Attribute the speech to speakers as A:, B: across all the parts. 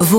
A: Vous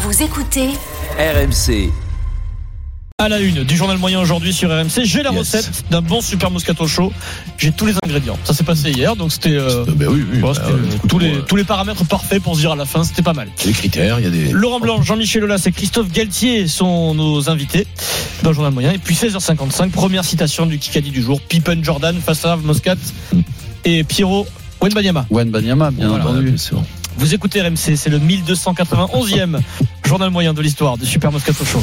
A: Vous écoutez
B: RMC.
C: À la une du journal moyen aujourd'hui sur RMC, j'ai la
D: Yes.
C: recette d'un bon super moscato chaud. J'ai tous les ingrédients. Ça s'est passé hier, donc c'était euh,
D: Euh, ben oui, oui,
C: bon,
D: bah,
C: c'était,
D: euh,
C: euh,
D: écoute,
C: tous, les,
D: euh,
C: tous les paramètres parfaits pour se dire à la fin, c'était pas mal.
D: il y a des critères, il y a des.
C: Laurent Blanc, Jean-Michel Aulas et Christophe Galtier sont nos invités dans le journal moyen. Et puis 16h55, première citation du Kikadi du jour. Pippen Jordan, Fassave, Moscat et Pierrot Wenbanyama.
E: Wen Banyama, bien
C: Voilà,
E: entendu.
D: c'est bon.
C: Vous écoutez RMC, c'est le 1291e journal moyen de l'histoire du super moscato chaud.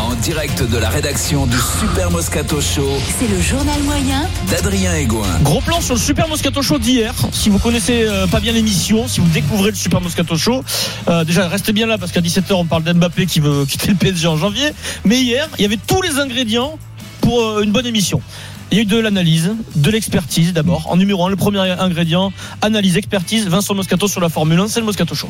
B: En direct de la rédaction du Super Moscato Show
A: C'est le journal moyen
B: d'Adrien Egoin.
C: Gros plan sur le Super Moscato Show d'hier. Si vous connaissez euh, pas bien l'émission, si vous découvrez le Super Moscato Show, euh, déjà restez bien là parce qu'à 17h on parle d'Mbappé qui veut quitter le PSG en janvier. Mais hier, il y avait tous les ingrédients pour euh, une bonne émission. Il y a eu de l'analyse, de l'expertise d'abord. En numéro 1, le premier ingrédient, analyse, expertise, Vincent Moscato sur la Formule 1, c'est le Moscato Show.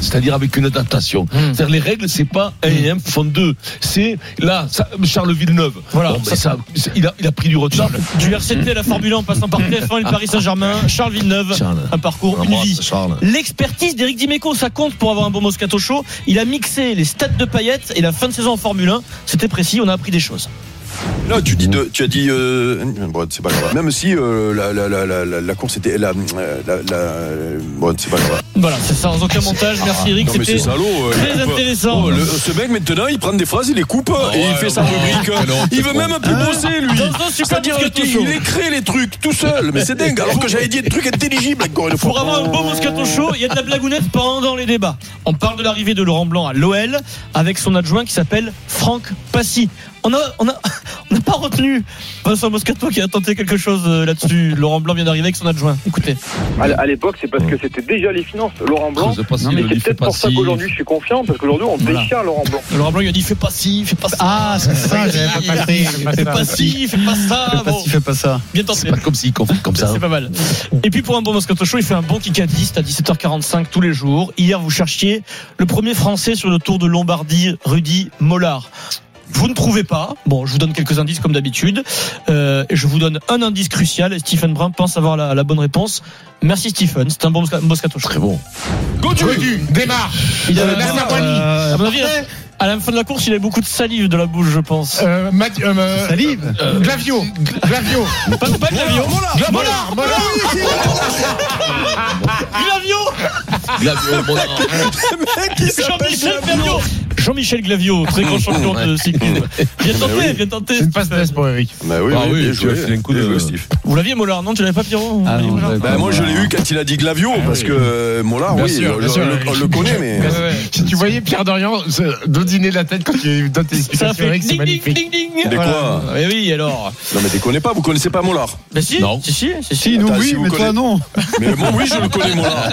D: C'est-à-dire avec une adaptation.
C: Hmm.
D: C'est-à-dire les règles, c'est pas 1 et 1 font 2. C'est là, ça- Charles Villeneuve.
C: Voilà.
D: Bon, ben, ça- c'est- il, a, il a pris du retard.
C: Du RCT à la Formule 1 en passant par TF1 et le Paris Saint-Germain, Charles Villeneuve,
D: Charles.
C: un parcours,
D: On
C: une
D: l'embrasse,
C: vie.
D: Charles.
C: L'expertise d'Éric Dimeco, ça compte pour avoir un bon Moscato Show. Il a mixé les stats de paillettes et la fin de saison en Formule 1. C'était précis, on a appris des choses.
F: Là, tu, dis de- tu as dit. euh, bon, c'est pas grave. Même si euh, la, la, la, la, la- la course était. La, euh, la, la- bon, c'est pas grave.
C: Voilà, c'est sans aucun montage. Merci Eric,
F: Non, mais
C: c'était
F: c'est salaud. euh,
C: très
F: il coupe.
C: intéressant. Ah
F: Oh, le- ce mec, maintenant, il prend des phrases, il les coupe et
D: ouais,
F: il fait sa
D: bah,
F: rubrique.
D: alors,
F: il
D: peut-être
F: veut
D: pas.
F: même plus bosser, lui.
C: Dans un super
F: C'est-à-dire
C: moscato
F: qu'il
C: show.
F: il crée les trucs tout seul. Mais c'est dingue. Alors que j'avais dit des trucs intelligibles, encore une
C: Pour
F: fois.
C: avoir un beau Moscato Show, il y a de la blagounette pendant les débats. On parle de l'arrivée de Laurent Blanc à l'OL avec son adjoint qui s'appelle Franck Passy. On a, on a, on n'a pas retenu Vincent Moscato qui a tenté quelque chose euh, là-dessus. Laurent Blanc vient d'arriver avec son adjoint. Écoutez.
G: À l- À l'époque, c'est parce que c'était déjà les finances, Laurent Blanc.
D: Je sais pas si
E: Non,
D: le
G: Mais c'est
D: livre est
G: peut-être pour ça
D: passif.
G: qu'aujourd'hui je suis confiant, parce qu'aujourd'hui on
C: Voilà.
G: déchire Laurent Blanc.
C: Et Laurent Blanc il a dit fais pas ci, fais pas ça.
E: Ah, c'est ça, j'avais pas compris.
C: Fais pas ci, fais pas ça.
E: Fais pas
C: Bon,
E: ci, fais pas ça.
C: bien tenté.
D: C'est pas comme s'il confie comme ça.
C: C'est pas mal. Et puis pour un bon Moscato Show, il fait un bon kikadiste à 17h45 tous les jours. Hier, vous cherchiez le premier Français sur le Tour de Lombardie, Rudy Mollard. Vous ne trouvez pas. Bon, je vous donne quelques indices comme d'habitude. Euh, et je vous donne un indice crucial. Et Stephen Brun pense avoir la, la bonne réponse. Merci Stephen. C'est un bon Mosca- Moscato Show.
D: Très bon.
H: démarre.
C: Il a-
H: Euh, Massapani.
C: à mon avis, à la fin de la course, il a beaucoup de salive de la bouche, je pense.
H: Euh, Mathi- euh, euh,
E: Salive.
H: Glavio. Glavio.
C: Pas, pas Glavio.
F: Ah,
H: Mollard. Mollard.
C: Glavio
D: Glavio, bon,
C: Jean-Michel Glavio Jean-Michel Glavio, très grand champion de cyclisme. Bien tenté, bien tenté.
H: C'est une passe d'Est pour Eric.
F: Bah oui,
D: Ah oui,
F: bien
D: tu as
F: joué.
D: filé un coup
F: Bien
D: de- Ah
F: joué, Steve.
C: Vous l'aviez Mollard, non Tu l'avais pas Pierrot
E: Ah
C: Vous l'aviez,
E: non,
C: Mollard
E: j'avais pas
F: Bah, moi, je l'ai
E: compris.
F: eu quand il a dit Glavio,
D: Ah
F: parce que euh, Mollard,
H: Bien
F: oui,
H: sûr,
F: on
H: bien
F: le-
H: sûr.
F: on le connaît, mais.
H: Si tu voyais Pierre Dorian se dodiner la tête quand il donne tes
C: ça
H: explications,
C: fait
H: Eric, c'est
C: ding ding
H: magnifique.
C: ding ding
F: Mais quoi
C: Eh oui alors
F: Non, mais déconnez pas, vous connaissez pas Mollard.
C: Mais si
D: Non.
C: Si si si, si.
E: Si, nous,
F: Attends, si
E: oui,
F: vous
E: mais toi,
F: connaissez-
E: non.
F: Mais moi, oui, je le connais, Mollard.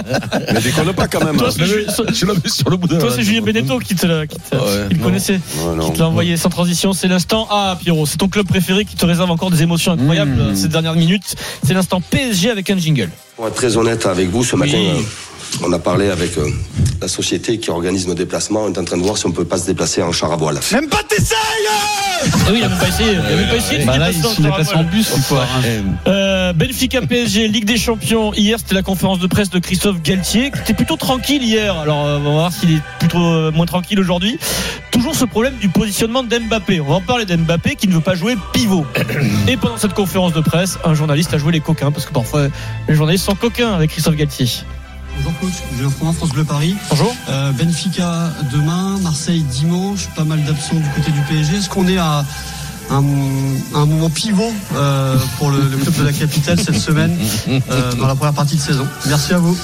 F: Mais déconne pas quand même. hein.
C: Toi c'est Ju- so-
D: Je l'avais sur le bout de la
C: toi, c'est
D: langue.
C: Julien Beneteau qui te l'a qui te-
D: Ouais,
C: qui le
D: non.
C: connaissait
F: Non, non.
C: qui te l'a envoyé sans transition c'est l'instant Ah Pierrot c'est ton club préféré qui te réserve encore des émotions incroyables
E: Mmh.
C: euh, ces dernières minutes c'est l'instant PSG avec un jingle
I: Pour être très honnête avec vous, ce matin,
C: Oui.
I: euh, on a parlé avec euh, la société qui organise nos déplacements. On est en train de voir si on peut pas se déplacer en char à voile.
F: Même pas t'essayes
C: Eh oui il a même pas essayé il a même pas essayé de
E: Bah
C: se
E: là,
C: déplacer
E: il
C: dans le
E: s'il est
C: terrain
E: passé
C: molle.
E: en bus ou quoi hein.
C: Euh, Benfica PSG, Ligue des Champions. Hier, c'était la conférence de presse de Christophe Galtier, qui était plutôt tranquille hier. Alors, euh, on va voir s'il est plutôt euh, moins tranquille aujourd'hui. Toujours ce problème du positionnement d'Mbappé. On va en parler d'Mbappé qui ne veut pas jouer pivot. Et pendant cette conférence de presse, un journaliste a joué les coquins, parce que parfois, les journalistes sont coquins avec Christophe Galtier.
J: Bonjour coach, je reprends France Bleu Paris.
C: Bonjour.
J: Euh, Benfica demain, Marseille dimanche, pas mal d'absents du côté du PSG. Est-ce qu'on est à un, un moment pivot euh, pour le, le club de la capitale cette semaine euh, dans la première partie de saison Merci à vous.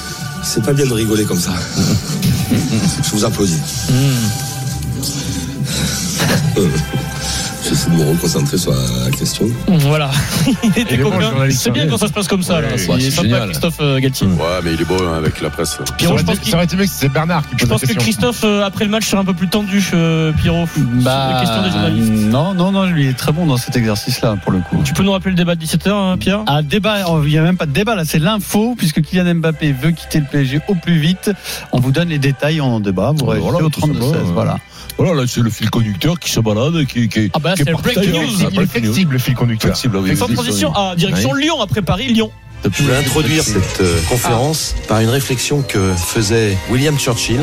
I: C'est pas bien de rigoler comme ça. Hmm. Je vous applaudis. Euh, J'essaie de me reconcentrer sur la question.
C: Mm, Voilà. Il
H: Il
C: était
H: est bon, le
C: combien
H: journaliste
C: C'est bien
H: Hervé.
C: quand ça se passe comme ça. là.
H: Ouais,
C: C'est
F: ouais,
D: c'est
C: sympa,
D: génial.
C: Christophe euh, Galtier.
F: Ouais, mais il est beau hein, avec la presse.
H: Mm. Ça
C: Pierrot,
H: aurait
C: je pense
H: été-
C: qu'il-
H: ça aurait été mieux que c'était Bernard qui
C: je
H: pose la
C: pense que
H: question.
C: Christophe, euh, après le match, sera un peu plus tendu, euh, Pierrot. sur les questions des journalistes.
E: Bah, non, non, non, lui il est très bon dans cet exercice-là pour le coup.
C: Tu peux nous rappeler le débat de 17h, hein, Pierre
E: Un débat, oh, il n'y a même pas de débat là, c'est l'info, puisque Kylian Mbappé veut quitter le PSG au plus vite. On vous donne les détails en débat, vous
D: Voilà,
E: restez au
D: tout ça
E: 32-16.
D: va, ouais.
E: Voilà.
D: Voilà, là, c'est le fil conducteur qui se balade, qui, qui,
C: Ah bah là,
D: qui
C: c'est le
D: parti-
C: breaking
D: qui est
C: news.
D: parti-
H: Il est flexible, le fil conducteur.
D: Flexible, oui.
C: Sans transition, ah, direction Lyon, après Paris, Lyon.
D: Je
I: voulais introduire cette euh, conférence
F: Ah.
I: par une réflexion que faisait William Churchill.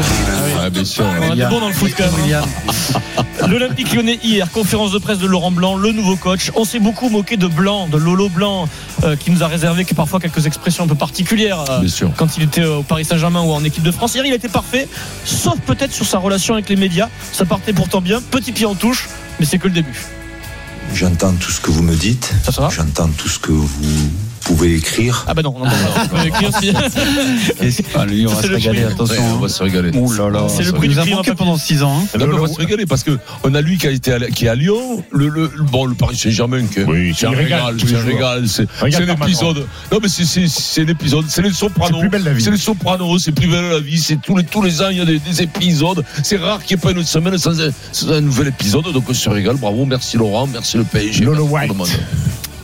D: Ah, bien sûr.
C: On est
E: William.
C: bon dans le foot quand même.
E: William,
C: L'Olympique lyonnais hier, conférence de presse de Laurent Blanc, le nouveau coach. On s'est beaucoup moqué de Blanc, de Lolo Blanc, euh, qui nous a réservé que parfois quelques expressions un peu particulières euh,
D: Bien sûr.
C: quand il était au Paris Saint-Germain ou en équipe de France. Hier, il était parfait, sauf peut-être sur sa relation avec les médias. Ça partait pourtant bien, petit pied en touche, mais c'est que le début.
I: J'entends tout ce que vous me dites,
C: Ça, ça va
I: j'entends tout ce que vous pouvez écrire.
C: Ah bah non, on entend pas. Euh, qui aussi
E: qu'est-ce que- Ah, lui, on va
C: C'est
E: se
C: le
E: régaler,
C: prix.
E: attention.
D: Ouais, on va
E: hein.
D: se régaler.
E: Ouh là là.
C: C'est le
E: Il
C: prix
E: nous
C: du
E: a
C: prix,
E: manqué
C: hein,
E: pendant 6 ans. hein.
D: Non, mais on va se régaler parce que on a lui qui a été à, qui est à Lyon, le, le bon le Paris Saint-Germain que
H: Oui,
D: c'est un
H: il régale
D: régal,
H: tous
D: c'est
H: les
D: un
H: jours.
D: régal, c'est
H: Regarde
D: c'est un
H: Parmanon.
D: épisode. Non mais c'est c'est c'est l'épisode, c'est le soprano.
H: C'est plus belle la vie.
D: C'est le soprano, c'est plus belle la vie, c'est tous les tous les ans il y a des, des épisodes. C'est rare qu'il n'y ait pas une semaine sans, un- sans un nouvel épisode donc on se régale. Bravo, merci Laurent, merci le PSG.
H: Lolo
D: merci tout le
H: White.
D: monde.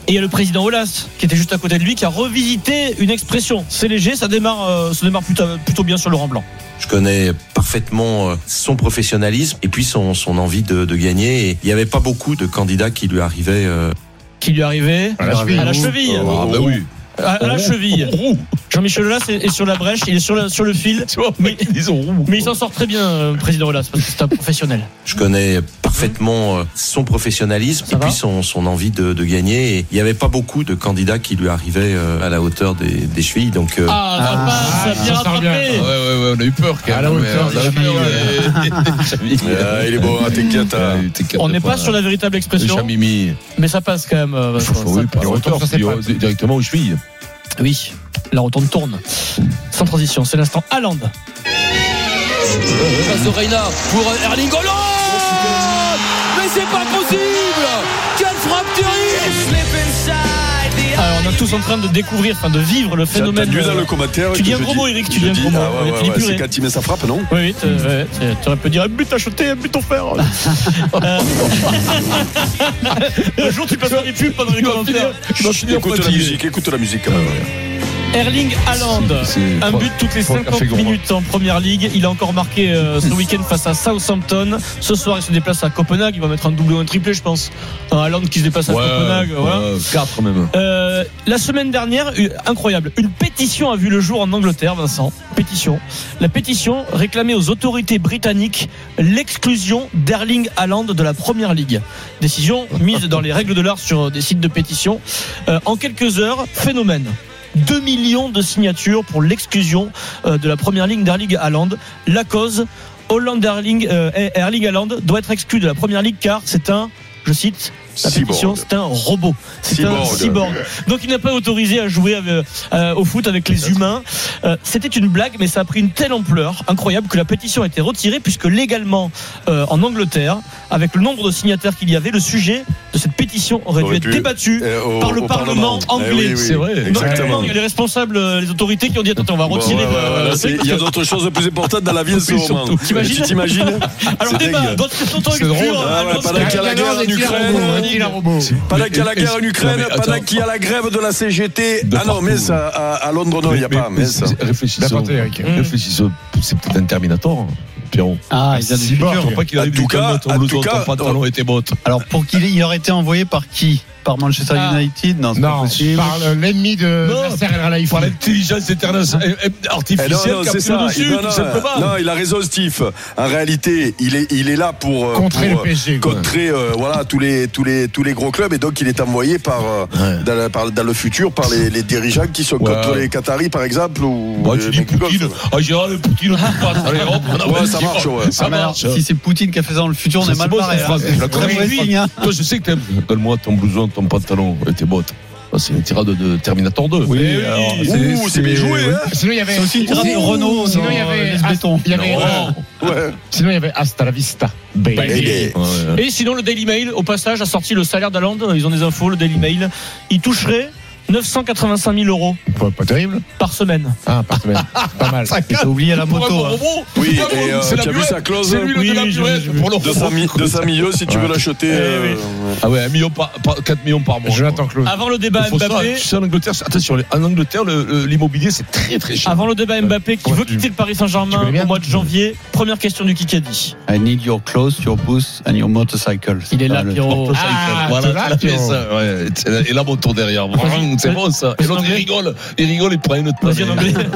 C: Et il y a le président Olas qui était juste à côté de lui qui a revisité une expression. C'est léger, ça démarre, euh, ça démarre plutôt, plutôt bien sur Laurent Blanc.
I: Je connais parfaitement euh, son professionnalisme et puis son, son envie de, de gagner. Et il n'y avait pas beaucoup de candidats qui lui arrivaient. euh,
C: Qui lui arrivait
H: À la cheville.
C: à la cheville.
D: Ah bah oui.
C: À, à la cheville. Jean-Michel Aulas est, est sur la brèche, il est sur, la- sur le fil.
D: Tu vois,
C: Mais-
D: mais ils ont roux.
C: Mais il s'en sort très bien, euh, président Olas, parce que c'est un professionnel.
I: Je connais parfaitement euh, son professionnalisme
C: Ça
I: et
C: va
I: puis son, son envie de, de gagner. Et il n'y avait pas beaucoup de candidats qui lui arrivaient euh, à la hauteur des, des chevilles. Donc, euh,
C: Ah, ça passe, ça a bien
H: ça sort
C: rattrapé.
D: Ouais, ouais, ouais, on a eu peur quand même.
H: À la hauteur
D: Ouais, on a eu
H: des
D: peur,
F: Ah,
D: ouais.
F: il est beau, hein, t'inquiète. hein.
D: Ah Ouais, t'es quatre
C: On n'est
D: fois,
C: pas sur la véritable
D: le
C: expression,
D: Chamimi.
C: mais ça passe quand même. euh, Vincent. Ça
D: Oui, par
C: passe.
D: la hauteur,
H: sur ses
D: il y a-
H: pattes.
D: directement aux chevilles.
C: Oui, la rotonde tourne. Sans transition, c'est l'instant Haaland.
B: Passe de Reina pour Erling Haaland Mais c'est pas possible Quelle frappe terrible
C: Alors, Ah, on est tous en train de découvrir, enfin de vivre le
F: T'as
C: phénomène.
F: t'as lu là
C: euh,
F: le commentaire
C: Tu
F: que
C: dis un
F: je
C: gros
F: dis-
C: mot, Eric, tu
F: je
C: dis un
F: dis,
C: gros mot.
F: ah ouais,
C: Il
F: ouais,
C: est
F: ouais,
C: puré.
F: C'est quand il met sa frappe, non
C: Oui, oui, t'es- ouais, t'es- t'aurais pu dire un but acheté, un but offert. Euh, un jour, tu passes dans les pubs pendant les commentaires.
F: Écoute la musique, écoute la musique quand même.
C: Erling Haaland.
D: C'est-
C: Un but toutes les
D: trois
C: 50
D: cafés gourmands.
C: minutes en première ligue. Il a encore marqué euh, ce week-end face à Southampton. Ce soir, il se déplace à Copenhague. Il va mettre un double ou un triplé, je pense. Un Haaland qui se déplace à Copenhague. voilà.
D: ouais, quatre même.
C: Euh, la semaine dernière, euh, incroyable, une pétition a vu le jour en Angleterre, Vincent. Pétition. La pétition réclamait aux autorités britanniques l'exclusion d'Erling Haaland de la Première Ligue. Décision mise dans les règles de l'art sur des sites de pétition. Euh, en quelques heures, phénomène. 2 millions de signatures pour l'exclusion euh, de la première ligue d'Erling Haaland. La cause, Holland Erling, euh, Erling Haaland doit être exclu de la première ligue car c'est un, je cite, la
F: Cyborg.
C: pétition, Ah, c'est un robot. C'est un
F: Cyborg.
C: cyborg. Donc il n'est pas autorisé à jouer avec- euh, au foot avec les humains. Euh, C'était une blague, mais ça a pris une telle ampleur incroyable que la pétition a été retirée puisque légalement euh, en Angleterre, avec le nombre de signataires qu'il y avait, le sujet de cette pétition aurait dû
F: Aurait
C: être
F: pu-
C: débattu
F: Euh, au-
C: par le
F: au
C: Parlement anglais.
F: Eh oui, oui,
D: C'est vrai.
F: Exactement.
C: Notamment, il y a les responsables, euh, les autorités qui ont dit attends, on va
F: Bon,
C: retirer.
F: ouais, ouais,
C: le-
F: ouais,
C: le
F: là, c'est-
C: truc.
F: Il y a d'autres choses plus importantes dans la vie en ce moment.
C: T'imagines
F: Tu t'imagines
C: Alors
F: c'est
C: débat,
F: dingue.
C: d'autres questions
D: C'est drôle.
F: Ah ouais, pendant qu'il y a la guerre euh, en Ukraine, pendant qu'il y a la guerre en Ukraine, pendant qu'il y a la grève de la CGT.
D: De
F: Ah non,
D: partout.
F: mais ça, à, à Londres, non, il n'y a pas. Mais ça.
D: Réfléchissons.
H: N'importe Eric.
D: Réfléchissons. C'est peut-être un Terminator, hein. Pierrot.
E: Hmm. Ah, il vient du
H: Cyborg.
E: futur.
D: Faut pas qu'il
F: En
D: arrive
F: tout
D: des
F: cas,
D: camottes en
F: en
D: blouson,
F: tout
D: ton
F: cas,
D: pantalon et tes bottes.
E: Alors pour qu'il ait- il aurait été envoyé par qui Par Manchester
C: Ah.
E: United Non, c'est pas
H: Non,
E: possible. Ah,
H: par le- l'ennemi de
D: Non.
H: Nasser El Khelaifi.
D: Par l'intelligence éternelle
F: Eh non,
D: artificielle
F: non,
D: qui a
F: c'est
D: pris
F: ça.
D: le dessus,
F: non, non,
D: tout simplement.
F: non, il a raison, Steve. En réalité, il est, il est là pour euh,
H: Contrer
F: pour,
H: le PSG,
F: euh,
H: quoi.
F: contrer euh, voilà tous les tous les tous les gros clubs et donc il est envoyé par, euh, dans, la- par- dans le futur par les, les dirigeants qui sont
D: Ouais.
F: contre les Qataris par exemple ou.
D: Moi,
F: les
D: tu dis
F: mecs du Golfe.
D: Poutine. Ah, Gérard, le Poutine, on te passe. Allez, hop, on avance.
F: Ouais, ça marche, ouais.
D: Ça
E: Ah, mais alors,
D: marche.
E: si c'est Poutine qui a fait ça dans le futur, on
D: Ça,
E: est
D: c'est
E: mal
D: bon, cette
E: barré. hein.
D: phrase. Je la
E: Très
D: connais.
E: mauvais signe, hein.
D: Toi, je sais que t'aimes. Donne-moi ton blouson, ton pantalon et tes bottes. Ah, C'est une tirade de Terminator 2.
E: Oui,
H: Eh oui.
E: alors,
F: Ouh, c'est bien joué,
E: oui.
F: hein
H: Sinon, il y avait.
E: C'est aussi une tirade de
H: Sinon,
E: Renault euh,
H: Sinon,
E: dans
H: il y avait.
E: Les Bétons.
H: Il y avait.
D: Non.
F: Ouais.
H: Sinon, il y avait Hasta la Vista.
F: Baby.
H: Baby.
F: Et-
D: Ouais, ouais.
C: Et sinon, le Daily Mail, au passage, a sorti le salaire d'Aland. Ils ont des infos, le Daily Mail. Il toucherait 985 000 euros
H: Pas, pas terrible.
C: par semaine.
H: Ah, pas, pas mal.
E: T'as oublié la moto. hein.
F: Oui, et euh, tu as vu sa clause
D: C'est lui Eh le
C: Oui,
D: de la
C: j'ai vu,
D: purée
C: j'ai vu.
D: pour le
F: 200 mi- 200 millions si tu veux l'acheter. euh,
D: Ah ouais, un million par, par- 4 millions par mois.
H: Jonathan Claude.
C: Avant le débat
D: Faut ça,
C: Bah, Mbappé.
D: tu sais, en Angleterre, c'est- attention, les- en Angleterre, le- le- l'immobilier, c'est très très cher. Euh,
C: Avant le débat Mbappé qui
D: Ouais,
C: veut
D: tu-
C: quitter le Paris
H: tu connais
C: Saint-Germain
H: bien.
C: au mois de janvier, première question du Kikadi.
E: I need your clothes, your boots and your motorcycle.
C: Il est là,
E: Ah, le-
C: Pierrot.
H: Ah,
D: voilà,
H: c'est là,
D: tu l'as fait,
H: Pierrot.
D: ça, ouais. Et la- Et la moto derrière. Vroom, C'est bon ça. Et l'autre, il
C: anglais.
D: rigole. Il rigole, il prend une
C: Vas-y en anglais.
D: tonne.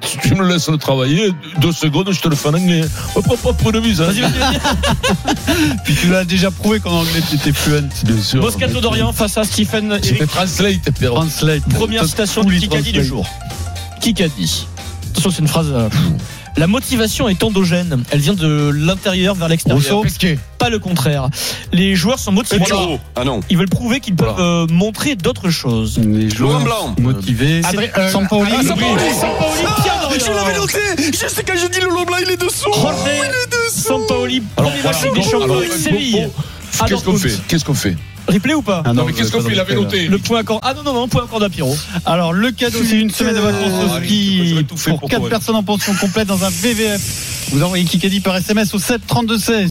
D: Si tu me laisses le travailler, deux secondes, je te le fais en anglais. Hop, hop, hop, une mise.
C: Vas-y, vas-y, vas-y.
E: Puis tu l'as déjà prouvé qu'en anglais tu étais fluent.
D: Bien sûr.
C: Moscato d'Orient face à Stephen Eric.
D: C'était translate, Pierrot.
E: Translate.
C: Première citation
E: Fully
C: du Kikadi du
E: translate.
C: jour. Kikadi. Attention, c'est une phrase. euh, La motivation est endogène. Elle vient de l'intérieur vers l'extérieur.
H: Pesquet.
C: Pas le contraire. Les joueurs sont motivés.
F: Pedro. Ah non.
C: Ils veulent prouver qu'ils peuvent
D: Voilà.
C: euh, montrer d'autres choses.
E: Les
F: Laurent
E: joueurs
F: Blanc.
E: motivés.
H: Adrien- euh,
E: Sampaoli.
H: Ah, Sampaoli.
C: Ah,
F: Je l'avais noté Juste quand j'ai dit le Blanc, il est dessous
C: Sampaoli,
D: Alors,
C: premier
D: voilà.
C: match des
D: Bon,
C: champions
D: alors,
C: avec
D: bon,
C: Séville. Ah,
D: bon, Qu'est-ce qu'on fait Qu'est-ce qu'on fait
C: Replay ou pas
E: Ah
D: Non, mais qu'est-ce qu'on fait Il avait noté.
C: Le point accord. Ah non, non, non, point accord d'Apiro.
E: Alors le cadeau, c'est une semaine de vacances
D: Ah,
E: au
D: allez,
E: ski
D: j'aurais tout fait
E: pour
D: pour
E: 4
D: toi.
E: personnes en pension complète dans un VVF. Vous envoyez Kikadi par SMS au 7 32 16.